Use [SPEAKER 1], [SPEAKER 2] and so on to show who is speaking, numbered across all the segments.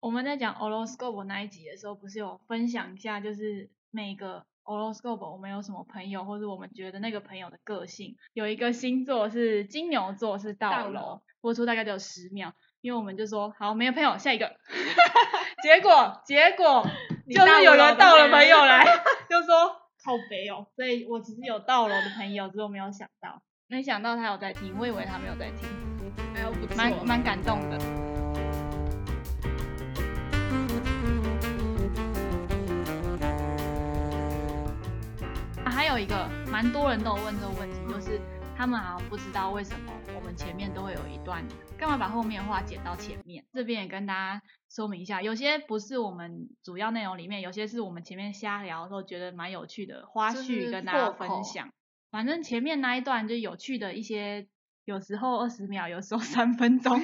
[SPEAKER 1] 我们在讲 horoscope 那一集的时候，不是有分享一下，就是每个 horoscope 我们有什么朋友，或者我们觉得那个朋友的个性，有一个星座是金牛座是
[SPEAKER 2] 到
[SPEAKER 1] 倒
[SPEAKER 2] 楼
[SPEAKER 1] 楼，播出大概只有十秒，因为我们就说好没有朋友，下一 个，结果结果
[SPEAKER 2] 你
[SPEAKER 1] 就是有人
[SPEAKER 2] 到
[SPEAKER 1] 到
[SPEAKER 2] 了
[SPEAKER 1] 了
[SPEAKER 2] 朋
[SPEAKER 1] 朋
[SPEAKER 2] 友
[SPEAKER 1] 友 来，就说靠北哦，所以我只是有到楼的朋友，只是我没有想到，没想到他有在听，我以为他没有在听，
[SPEAKER 2] 哎呦，不错，
[SPEAKER 1] 蛮蛮感动的。啊还有一个蛮多人都有问这个问题，就是他们好像不知道为什么我们前面都会有一段，干嘛把后面的话剪到前面？这边也跟大家说明一下，有些不是我们主要内容里面，有些是我们前面瞎聊的时候觉得蛮有趣的花
[SPEAKER 2] 就是
[SPEAKER 1] 絮跟大家
[SPEAKER 2] 破口
[SPEAKER 1] 分享。反正前面那一段就有趣的一些，有时候二十秒，有时候三分钟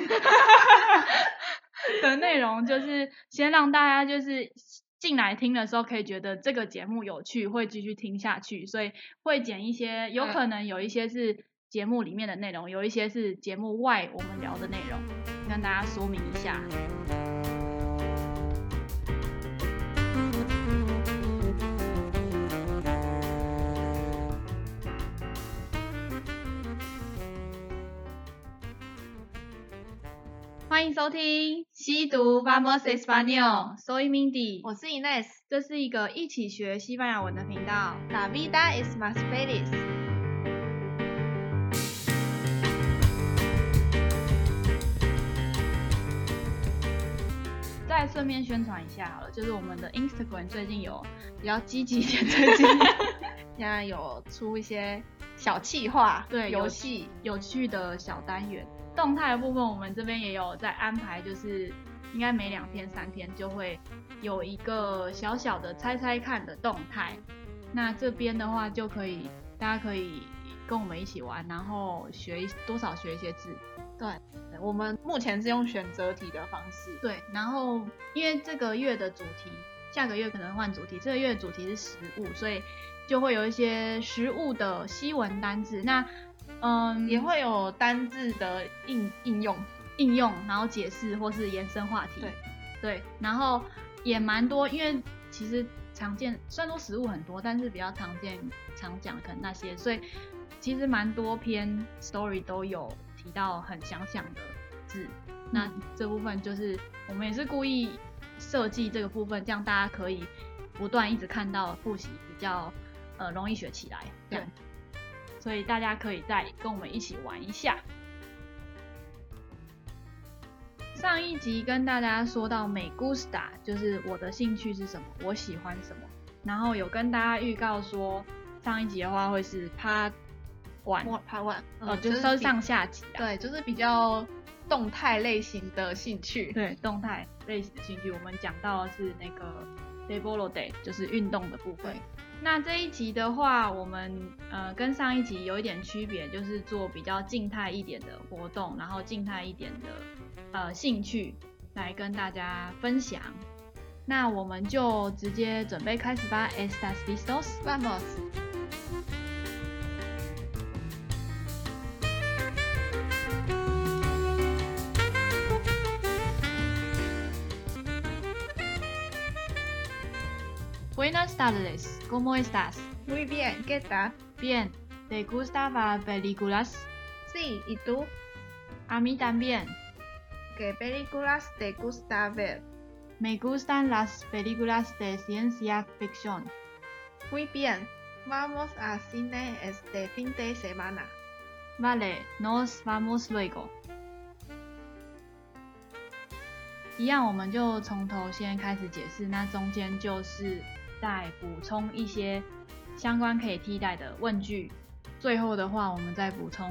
[SPEAKER 1] 的内容，就是先让大家就是进来听的时候可以觉得这个节目有趣，会继续听下去，所以会剪一些，有可能有一些是节目里面的内容，有一些是节目外我们聊的内容，跟大家说明一下。欢迎收听《西读 Vamos Español》，Soy Mindy，
[SPEAKER 2] 我是 Ines。
[SPEAKER 1] 这是一个一起学西班牙文的频道。
[SPEAKER 2] La vida es más feliz。
[SPEAKER 1] 再顺便宣传一下好了，就是我们的 Instagram 最近有比较积极一点，最近
[SPEAKER 2] 现在有出一些小气话，
[SPEAKER 1] 对
[SPEAKER 2] 游
[SPEAKER 1] 有
[SPEAKER 2] 戏，
[SPEAKER 1] 有趣的小单元。动态的部分，我们这边也有在安排，就是应该每两天、三天就会有一个小小的猜猜看的动态。那这边的话，就可以大家可以跟我们一起玩，然后学一多少学一些字。
[SPEAKER 2] 我们目前是用选择题的方式。
[SPEAKER 1] 对，然后因为这个月的主题，下个月可能换主题，这个月的主题是食物，所以就会有一些食物的西文单字，那嗯
[SPEAKER 2] 也会有单字的应应用，
[SPEAKER 1] 应用，然后解释或是延伸话题。
[SPEAKER 2] 对
[SPEAKER 1] 对，然后也蛮多，因为其实常见，虽然说食物很多，但是比较常见常讲可能那些，所以其实蛮多篇 story 都有提到很想想的字。那这部分就是我们也是故意设计这个部分，这样大家可以不断一直看到复习，比较呃容易学起来。这样，所以大家可以再跟我们一起玩一下。上一集跟大家说到美 gusta，就是我的兴趣是什么，我喜欢什么，然后有跟大家预告说，上一集的话会是趴碗，
[SPEAKER 2] 我拍完，
[SPEAKER 1] 呃，
[SPEAKER 2] 嗯
[SPEAKER 1] 就是说
[SPEAKER 2] 比
[SPEAKER 1] 上下集啊，
[SPEAKER 2] 对，就是比较动态类型的兴趣。
[SPEAKER 1] 对，动态类型的兴趣，我们讲到的是那个 d e b o l o day，就是运动的部分
[SPEAKER 2] 对。
[SPEAKER 1] 那这一集的话，我们呃跟上一集有一点区别，就是做比较静态一点的活动，然后静态一点的呃兴趣来跟大家分享。那我们就直接准备开始吧，Estas listos？
[SPEAKER 2] Vamos。
[SPEAKER 1] Buenas tardes, ¿cómo estás?
[SPEAKER 2] Muy bien, ¿qué tal?
[SPEAKER 1] Bien, ¿te gustan las películas?
[SPEAKER 2] Sí, ¿y tú?
[SPEAKER 1] A mí también.
[SPEAKER 2] ¿Qué películas te gusta ver?
[SPEAKER 1] Me gustan las películas de ciencia ficción.
[SPEAKER 2] Muy bien. Vamos al cine este fin de semana.
[SPEAKER 1] Vale, nos vamos luego. 一样，我们就从头先开始解释，那中间就是再补充一些相关可以替代的问句，最后的话我们再补充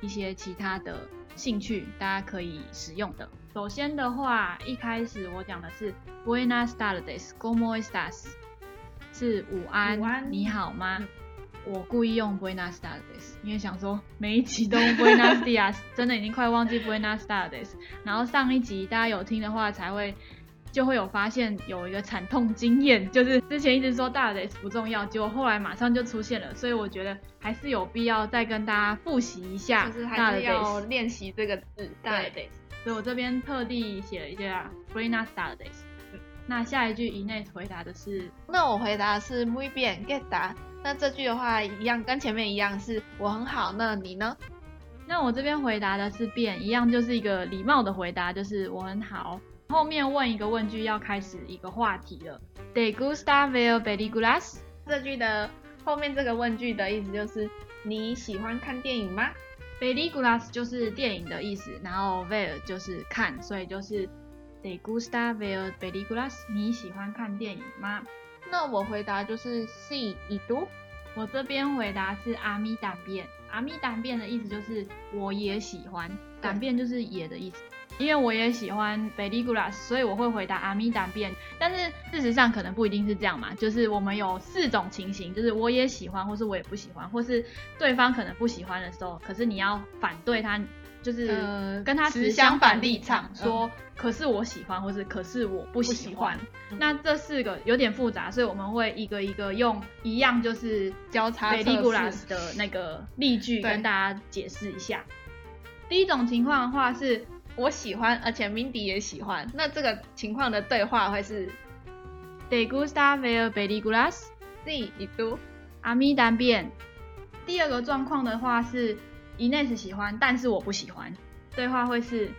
[SPEAKER 1] 一些其他的兴趣，大家可以使用的。首先的话，一开始我讲的是 Buenas tardes, ¿cómo estás？是午安，
[SPEAKER 2] 午安嗯
[SPEAKER 1] 你好吗？我故意用 Buenas tardes，因为想说每一集都用 Buenos dias，真的已经快忘记 Buenas tardes。然后上一集大家有听的话，才会就会有发现有一个惨痛经验， 就是之前一直说大 S 不重要，结果后来马上就出现了，所以我觉得还是有必要再跟大家复习一下
[SPEAKER 2] 就是
[SPEAKER 1] 大
[SPEAKER 2] 还是
[SPEAKER 1] S。
[SPEAKER 2] 要练习这个字，大
[SPEAKER 1] 对
[SPEAKER 2] 得
[SPEAKER 1] 所以我这边特地写了一下 Freenas Days。那下一句 Ines 回答的是
[SPEAKER 2] 那我回答是 muy bien, get that。那这句的话一样，跟前面一样是我很好。那你呢？
[SPEAKER 1] 那我这边回答的是变，一样就是一个礼貌的回答，就是我很好。后面问一个问句，要开始一个话题了。De gusta ver películas？
[SPEAKER 2] 这句的后面这个问句的意思就是你喜欢看电影吗？
[SPEAKER 1] Películas 就是电影的意思，然后 ver 就是看，所以就是 De gusta ver películas？你喜欢看电影吗？
[SPEAKER 2] 那我回答就是 sí y tú。
[SPEAKER 1] 我这边回答是阿咪胆变，阿咪胆变的意思就是我也喜欢，胆变就是也的意思。因为我也喜欢 películas，所以我会回答阿咪胆变。但是事实上可能不一定是这样嘛，就是我们有四种情形，就是我也喜欢，或是我也不喜欢，或是对方可能不喜欢的时候，可是你要反对他，就是
[SPEAKER 2] 呃
[SPEAKER 1] 跟他
[SPEAKER 2] 持
[SPEAKER 1] 持
[SPEAKER 2] 相
[SPEAKER 1] 相
[SPEAKER 2] 反
[SPEAKER 1] 反
[SPEAKER 2] 立
[SPEAKER 1] 立场
[SPEAKER 2] 场，嗯
[SPEAKER 1] 说可是我喜欢，或是可是我不
[SPEAKER 2] 不
[SPEAKER 1] 喜
[SPEAKER 2] 喜
[SPEAKER 1] 欢
[SPEAKER 2] 欢。嗯
[SPEAKER 1] 那这四个有点复杂，所以我们会一个一个用一样就是
[SPEAKER 2] 交叉
[SPEAKER 1] p
[SPEAKER 2] 测试
[SPEAKER 1] e l i c 的那个例句
[SPEAKER 2] 对
[SPEAKER 1] 跟大家解释一下。第一种情况的话是
[SPEAKER 2] 我喜欢，而且 Mindy 也喜欢。那这个情况的对话会是
[SPEAKER 1] de gusta ver películas
[SPEAKER 2] sí y tú。
[SPEAKER 1] a mí también。第二个状况的话是 Ines 喜欢，但是我不喜欢。对话会是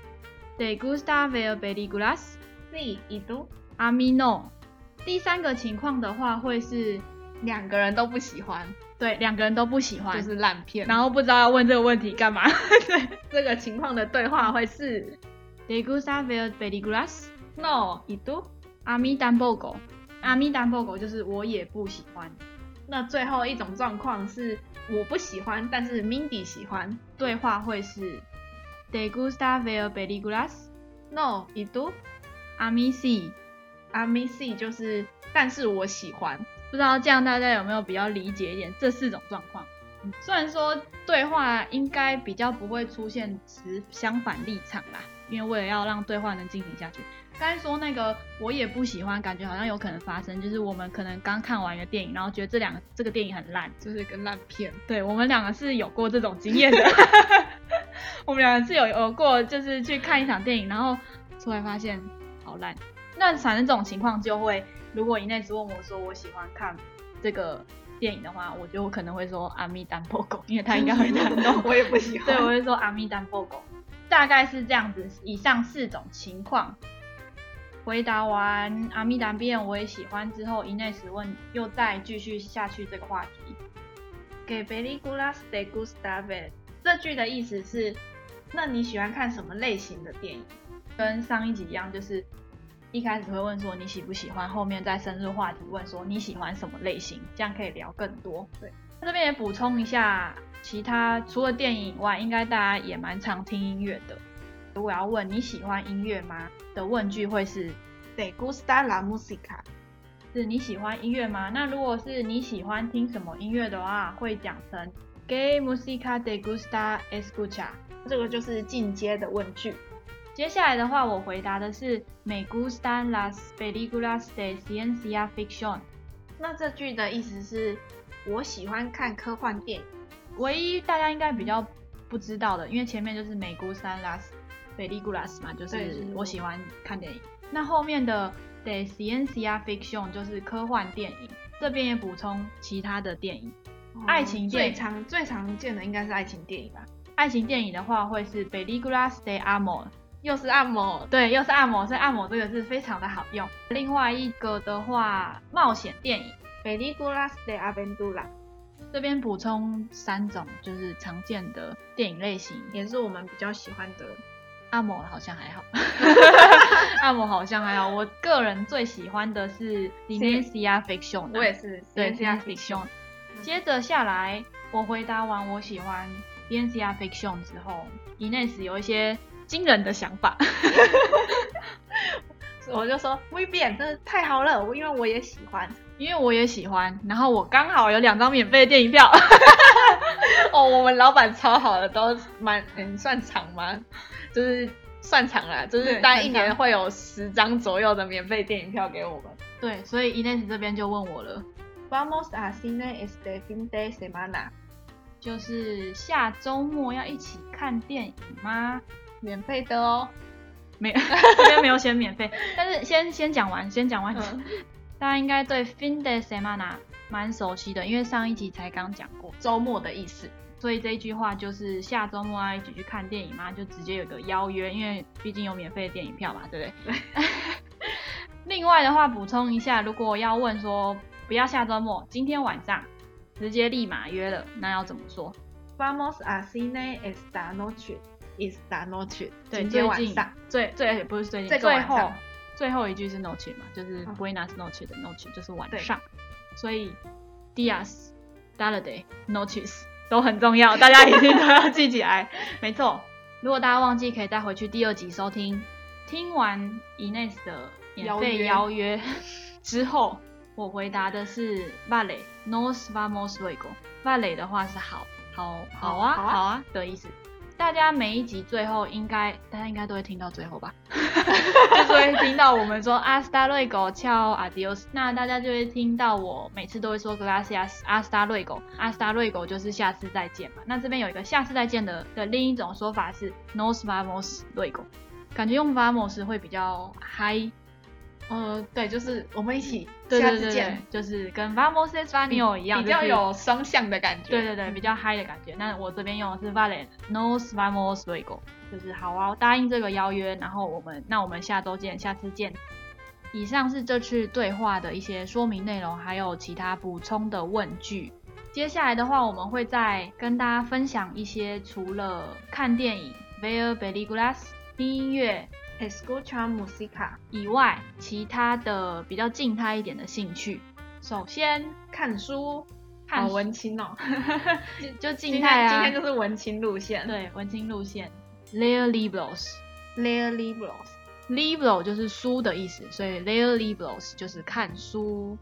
[SPEAKER 1] de gusta ver películas
[SPEAKER 2] sí y tú。
[SPEAKER 1] a mí no。第三个情况的话会是
[SPEAKER 2] 两个人都不喜欢，
[SPEAKER 1] 对两个人都不喜欢，
[SPEAKER 2] 就是烂片。
[SPEAKER 1] 然后不知道要问这个问题干嘛。 对。
[SPEAKER 2] 这个情况的对话会是
[SPEAKER 1] De gusta ver películas?
[SPEAKER 2] no y tú。
[SPEAKER 1] A mí tampoco. A mí tampoco 就是我也不喜欢。
[SPEAKER 2] 那最后一种状况是我不喜欢，但是 Mindy 喜欢
[SPEAKER 1] 对话会是 De gusta ver películas?
[SPEAKER 2] no y tú。
[SPEAKER 1] A mí sí.
[SPEAKER 2] a m i c 就是但是我喜欢。
[SPEAKER 1] 不知道这样大家有没有比较理解一点这四种状况？嗯虽然说对话应该比较不会出现持相反立场啦，因为为了要让对话能进行下去。刚才说那个我也不喜欢，感觉好像有可能发生，就是我们可能刚看完一个电影，然后觉得这两个这个电影很烂，
[SPEAKER 2] 就是个烂片，
[SPEAKER 1] 对我们两个是有过这种经验的， 我们两个是有有过，就是去看一场电影，然后出来发现好烂。那反正这种情况就会，如果 Ines 问我说我喜欢看这个电影的话，我就可能会说阿米丹波狗，因为他应该 会看懂。
[SPEAKER 2] 我也不喜
[SPEAKER 1] 对，
[SPEAKER 2] 欢。
[SPEAKER 1] 我会说阿弥丹波狗，大概是这样子。以上四种情况，回答完阿弥达变我也喜欢之后，Ines 问又再继续下去这个话题。
[SPEAKER 2] 给 películas de gusta ver 这句的意思是，那你喜欢看什么类型的电影？
[SPEAKER 1] 跟上一集一样，就是一开始会问说你喜不喜欢，后面再深入话题问说你喜欢什么类型，这样可以聊更多。
[SPEAKER 2] 对，
[SPEAKER 1] 这边也补充一下，其他除了电影以外，应该大家也蛮常听音乐的。如果要问你喜欢音乐吗的问句会是
[SPEAKER 2] de gusta la música。
[SPEAKER 1] 是你喜欢音乐吗？那如果是你喜欢听什么音乐的话，会讲成 Que música te gusta escuchar。
[SPEAKER 2] 这个就是进阶的问句。
[SPEAKER 1] 接下来的话，我回答的是 Me gustan las películas de ciencia ficción。
[SPEAKER 2] 那这句的意思是，我喜欢看科幻电影。
[SPEAKER 1] 唯一大家应该比较不知道的，因为前面就是 Me gustan las películas 嘛，就
[SPEAKER 2] 对
[SPEAKER 1] 是
[SPEAKER 2] 是
[SPEAKER 1] 我喜欢看电影。那后面的 de ciencia ficción 就是科幻电影，这边也补充其他的电影。爱情电
[SPEAKER 2] 哦最
[SPEAKER 1] 影
[SPEAKER 2] 常最常见的应该是爱情电影吧？
[SPEAKER 1] 爱情电影的话，会是 películas de amor。
[SPEAKER 2] 又是按摩，
[SPEAKER 1] 对，又是按摩，所以按摩这个是非常的好用。另外一个的话，冒险电影
[SPEAKER 2] películas de aventura，
[SPEAKER 1] 这边补充三种就是常见的电影类型，
[SPEAKER 2] 也是我们比较喜欢的。
[SPEAKER 1] 按摩好像 还好，按摩好像还好。我个人最喜欢的是 Ciencia Fiction，啊
[SPEAKER 2] 我也是，
[SPEAKER 1] 对
[SPEAKER 2] 这样
[SPEAKER 1] Ciencia Fiction。接着下来，我回答完我喜欢 Ciencia Fiction 之后，Ines 有一些惊人的想法。
[SPEAKER 2] 我就说 v 变，真的太好了，我因为我也喜欢。
[SPEAKER 1] 因为我也喜欢，然后我刚好有两张免费的电影 票，
[SPEAKER 2] 哦，我们老板超好的，都蛮嗯算长吗？就是算长啦，就
[SPEAKER 1] 对
[SPEAKER 2] 是大概一
[SPEAKER 1] 算长
[SPEAKER 2] 年会有十张左右的免费电影票给我们。
[SPEAKER 1] 对，所以 Ines 这边就问我了，
[SPEAKER 2] Vamos a cine este fin de semana，
[SPEAKER 1] 就是下周末要一起看电影吗？
[SPEAKER 2] 免费的哦。
[SPEAKER 1] 没这边没有 写免费，但是先先讲完，先讲完，
[SPEAKER 2] 嗯
[SPEAKER 1] 大家应该对 fin de semana 蛮熟悉的，因为上一集才刚讲过，
[SPEAKER 2] 周末的意思。
[SPEAKER 1] 所以这一句话就是下周末要一起去看电影吗？就直接有个邀约，因为毕竟有免费的电影票嘛，对不对？另外的话，补充一下，如果要问说不要下周末，今天晚上直接立马约了，那要怎么说？
[SPEAKER 2] Vamos a cine esta noche. Esta noche，
[SPEAKER 1] 对，
[SPEAKER 2] 今天晚
[SPEAKER 1] 最近
[SPEAKER 2] 上。
[SPEAKER 1] 最最也不是最近，
[SPEAKER 2] 这个
[SPEAKER 1] 最
[SPEAKER 2] 晚上
[SPEAKER 1] 后最后一句是 noche 嘛，就是
[SPEAKER 2] 嗯
[SPEAKER 1] buenas noche 的 noche 就是晚上，所以 dias、d a l a d a y noches 都很重要，大家一定都要记起来。没错，如果大家忘记，可以再回去第二集收听。听完 Ines 的免费邀
[SPEAKER 2] 邀
[SPEAKER 1] 约 之后，我回答的是 vale nos vamos luego。vale 的话是好，好，好啊，
[SPEAKER 2] 好啊
[SPEAKER 1] 好啊的意思。大家每一集最后应该，大家应该都会听到最后吧， 就是会听到我们说 “hasta luego, chao, adios”。那大家就会听到我每次都会说 “gracias, hasta luego, hasta luego”，就是下次再见嘛。那这边有一个下次再见的的另一种说法是 “nos vamos luego”，感觉用 “vamos” 会比较嗨。
[SPEAKER 2] 嗯，对，就是我们一起
[SPEAKER 1] 对
[SPEAKER 2] 下
[SPEAKER 1] 对
[SPEAKER 2] 次
[SPEAKER 1] 对
[SPEAKER 2] 见嗯
[SPEAKER 1] 对，，就是跟 “vamos español” 一样，
[SPEAKER 2] 比较
[SPEAKER 1] 就是
[SPEAKER 2] 有双向的感觉。嗯
[SPEAKER 1] 对对对，比较嗨的感觉。那我这边用的是 Valen Nos Vamos Luego，就是好啊，答应这个邀约，然后我们那我们下周见，下次见。以上是这次对话的一些说明内容，还有其他补充的问句。接下来的话，我们会再跟大家分享一些除了看电影 （ver películas）、听音乐
[SPEAKER 2] Escucha música，
[SPEAKER 1] 以外，其他的比较静态一点的兴趣。首先，
[SPEAKER 2] 看书，
[SPEAKER 1] 看
[SPEAKER 2] 好
[SPEAKER 1] 书
[SPEAKER 2] 文青哦。
[SPEAKER 1] 就就静
[SPEAKER 2] 今
[SPEAKER 1] 态啊，
[SPEAKER 2] 天今天就是文青路线。
[SPEAKER 1] 对，文青路线。Leer libros。
[SPEAKER 2] ，Leer libros。
[SPEAKER 1] Libro 就是书的意思，所以 leer libros 就是看书。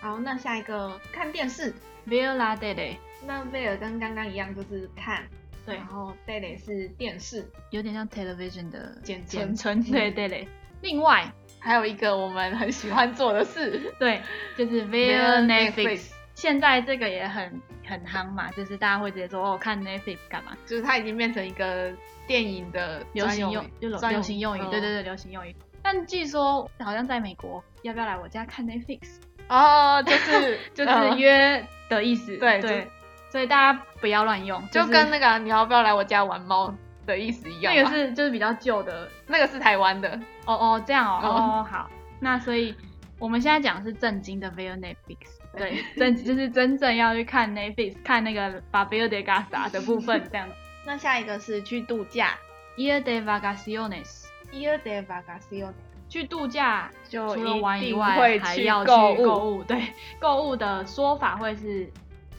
[SPEAKER 2] 好，那下一个看电视。
[SPEAKER 1] Ver la tele，
[SPEAKER 2] 那贝尔跟刚刚一样，就是看，
[SPEAKER 1] 对
[SPEAKER 2] 然，后贝蕾是电视，
[SPEAKER 1] 有点像 television 的
[SPEAKER 2] 简
[SPEAKER 1] 简
[SPEAKER 2] 称
[SPEAKER 1] 称，
[SPEAKER 2] 嗯
[SPEAKER 1] 对 tele。另外，
[SPEAKER 2] 还有一个我们很喜欢做的事，
[SPEAKER 1] 对，就是
[SPEAKER 2] Ver
[SPEAKER 1] ver Netflix。
[SPEAKER 2] Netflix
[SPEAKER 1] 现在这个也很很夯嘛，就是大家会直接说哦，看 Netflix 干嘛？
[SPEAKER 2] 就是它已经变成一个电影的
[SPEAKER 1] 流
[SPEAKER 2] 专
[SPEAKER 1] 行
[SPEAKER 2] 用
[SPEAKER 1] 用
[SPEAKER 2] 语嗯
[SPEAKER 1] 就流
[SPEAKER 2] 专
[SPEAKER 1] 流行用语，嗯对对
[SPEAKER 2] 对。
[SPEAKER 1] 对，流行用语。但据说好像在美国，要不要来我家看 Netflix？
[SPEAKER 2] 哦，就是
[SPEAKER 1] 就是
[SPEAKER 2] 嗯
[SPEAKER 1] 约的意思。
[SPEAKER 2] 对
[SPEAKER 1] 对
[SPEAKER 2] 就，
[SPEAKER 1] 所以大家不要乱用，
[SPEAKER 2] 就是跟那个你要不要来我家玩猫的意思一样
[SPEAKER 1] 那个
[SPEAKER 2] 吧，
[SPEAKER 1] 是就是比较旧的。
[SPEAKER 2] 那个是台湾的，
[SPEAKER 1] 哦哦，这样哦
[SPEAKER 2] 哦
[SPEAKER 1] 哦哦好，那所以我们现在讲的是正经的 Via Netflix，对，正就是真正要去看 Netflix 看那个 b a b i l de Gaza 的部分 这样子。
[SPEAKER 2] 那下一个是去度假
[SPEAKER 1] Year de Vacaciones
[SPEAKER 2] ，Year de vacaciones，
[SPEAKER 1] 去度假，
[SPEAKER 2] 就
[SPEAKER 1] 除了玩
[SPEAKER 2] 一
[SPEAKER 1] 以
[SPEAKER 2] 定
[SPEAKER 1] 外，
[SPEAKER 2] 会
[SPEAKER 1] 还
[SPEAKER 2] 去
[SPEAKER 1] 要去
[SPEAKER 2] 购
[SPEAKER 1] 购物。对，购物的说法会是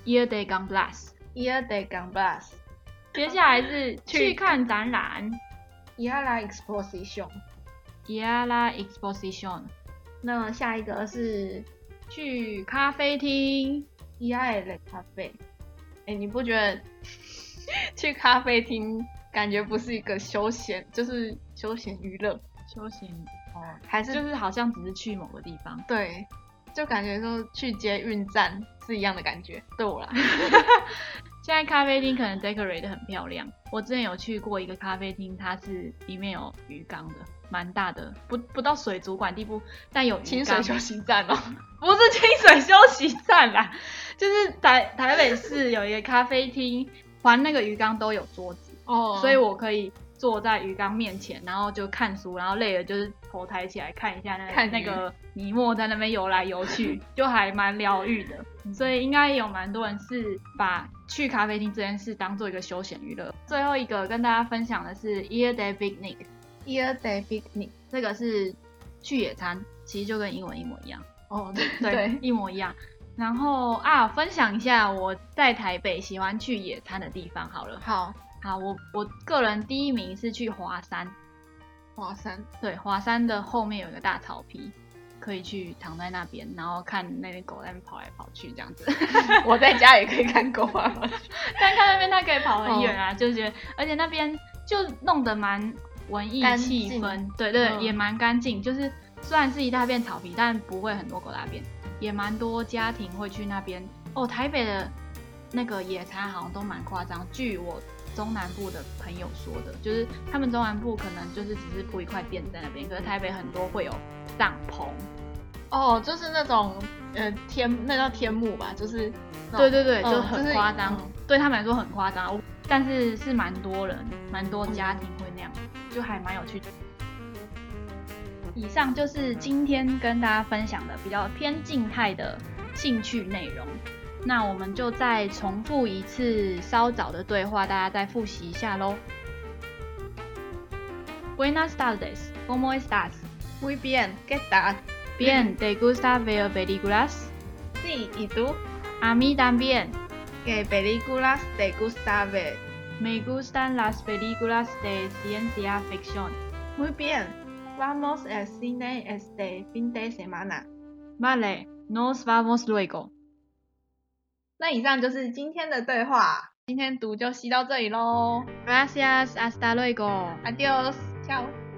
[SPEAKER 1] Year de Gamblas。
[SPEAKER 2] Year de gambas，
[SPEAKER 1] 接下来是
[SPEAKER 2] 去
[SPEAKER 1] 去看展览
[SPEAKER 2] y a la exposition。
[SPEAKER 1] y a l a Exposition，
[SPEAKER 2] 那下一个是
[SPEAKER 1] 去咖啡厅。
[SPEAKER 2] 伊爱的咖啡。哎、你不觉得 去咖啡厅感觉不是一个休闲，就是休闲娱乐，
[SPEAKER 1] 休闲哦，
[SPEAKER 2] 还是、
[SPEAKER 1] 就是好像只是去某个地方。
[SPEAKER 2] 对，就感觉说去捷运站是一样的感觉，对我啦。
[SPEAKER 1] 现在咖啡厅可能 decorate 的很漂亮。我之前有去过一个咖啡厅，它是里面有鱼缸的，蛮大的，不不到水族馆地步，但有
[SPEAKER 2] 清
[SPEAKER 1] 鱼
[SPEAKER 2] 水
[SPEAKER 1] 缸。
[SPEAKER 2] 休息站哦、
[SPEAKER 1] 不是清水休息站啦，就是台台北市有一个咖啡厅，环那个鱼缸都有桌子，
[SPEAKER 2] 哦，
[SPEAKER 1] 所以我可以坐在鱼缸面前，然后就看书，然后累了就是头抬起来看一下那
[SPEAKER 2] 看
[SPEAKER 1] 那
[SPEAKER 2] 鱼
[SPEAKER 1] 个泥沫在那边游来游 去，就还蛮疗愈的。
[SPEAKER 2] 嗯
[SPEAKER 1] 所以应该有蛮多人是把去咖啡厅这件事当做一个休闲娱乐。最后一个跟大家分享的是 Year Day Picnic，
[SPEAKER 2] Year Day Picnic。
[SPEAKER 1] 这个是去野餐，其实就跟英文一模一样。
[SPEAKER 2] 哦，对
[SPEAKER 1] 对，一模一样。然后啊，分享一下我在台北喜欢去野餐的地方好了。
[SPEAKER 2] 好，
[SPEAKER 1] 好，我我个人第一名是去华山，
[SPEAKER 2] 华山
[SPEAKER 1] 对，华山的后面有一个大草皮，可以去躺在那边，然后看那些狗在那边跑来跑去这样子。
[SPEAKER 2] 我在家也可以看狗啊。
[SPEAKER 1] 但看那边它可以跑很远
[SPEAKER 2] 哦
[SPEAKER 1] 啊，就觉得，而且那边就弄得蛮文艺
[SPEAKER 2] 干
[SPEAKER 1] 气
[SPEAKER 2] 净
[SPEAKER 1] 氛，对对，
[SPEAKER 2] 嗯
[SPEAKER 1] 也蛮干净。就是虽然是一大片草皮，但不会很多狗大便，也蛮多家庭会去那边。哦，台北的那个野餐好像都蛮夸张，据我中南部的朋友说的，就是他们中南部可能就是只是铺一块垫子在那边，可是台北很多会有帐篷，
[SPEAKER 2] 哦，就是那种呃天，那叫天幕吧，就是那种
[SPEAKER 1] 对对对，
[SPEAKER 2] 嗯
[SPEAKER 1] 就很夸张，
[SPEAKER 2] 是嗯
[SPEAKER 1] 对他们来说很夸张，我但是是蛮多人，蛮多家庭会那样，就还蛮有趣的。以上就是今天跟大家分享的比较偏静态的兴趣内容。那我们就再重复一次稍早的对话，大家再复习一下喽。Buenas tardes, ¿cómo estás?
[SPEAKER 2] Muy bien, ¿qué tal?
[SPEAKER 1] Bien, ¿te gusta ver películas?
[SPEAKER 2] Sí, ¿y tú?
[SPEAKER 1] A mí también.
[SPEAKER 2] ¿Qué películas te gusta ver?
[SPEAKER 1] Me gustan las películas de ciencia ficción.
[SPEAKER 2] Muy bien, vamos al cine este fin de semana.
[SPEAKER 1] Vale, nos vamos luego.
[SPEAKER 2] 那以上就是今天的对话，今天读就吸到这里喽
[SPEAKER 1] Gracias, hasta luego.
[SPEAKER 2] ，Adios，ciao。